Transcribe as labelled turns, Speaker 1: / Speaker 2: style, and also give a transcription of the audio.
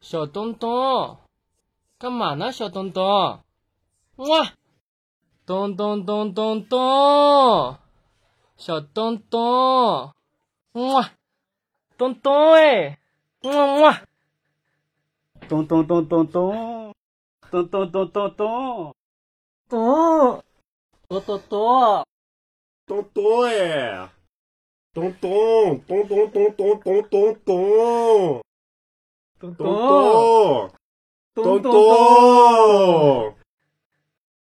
Speaker 1: 小东东，干嘛呢？小东东，哇！咚咚咚咚咚，小东东，哇！东东哎，哇哇！
Speaker 2: 咚咚咚咚咚，咚咚咚咚咚，
Speaker 1: 咚，咚咚咚，
Speaker 3: 东东哎，东东东东东东咚
Speaker 2: 咚
Speaker 3: 咚咚咚
Speaker 2: 咚
Speaker 3: 咚咚。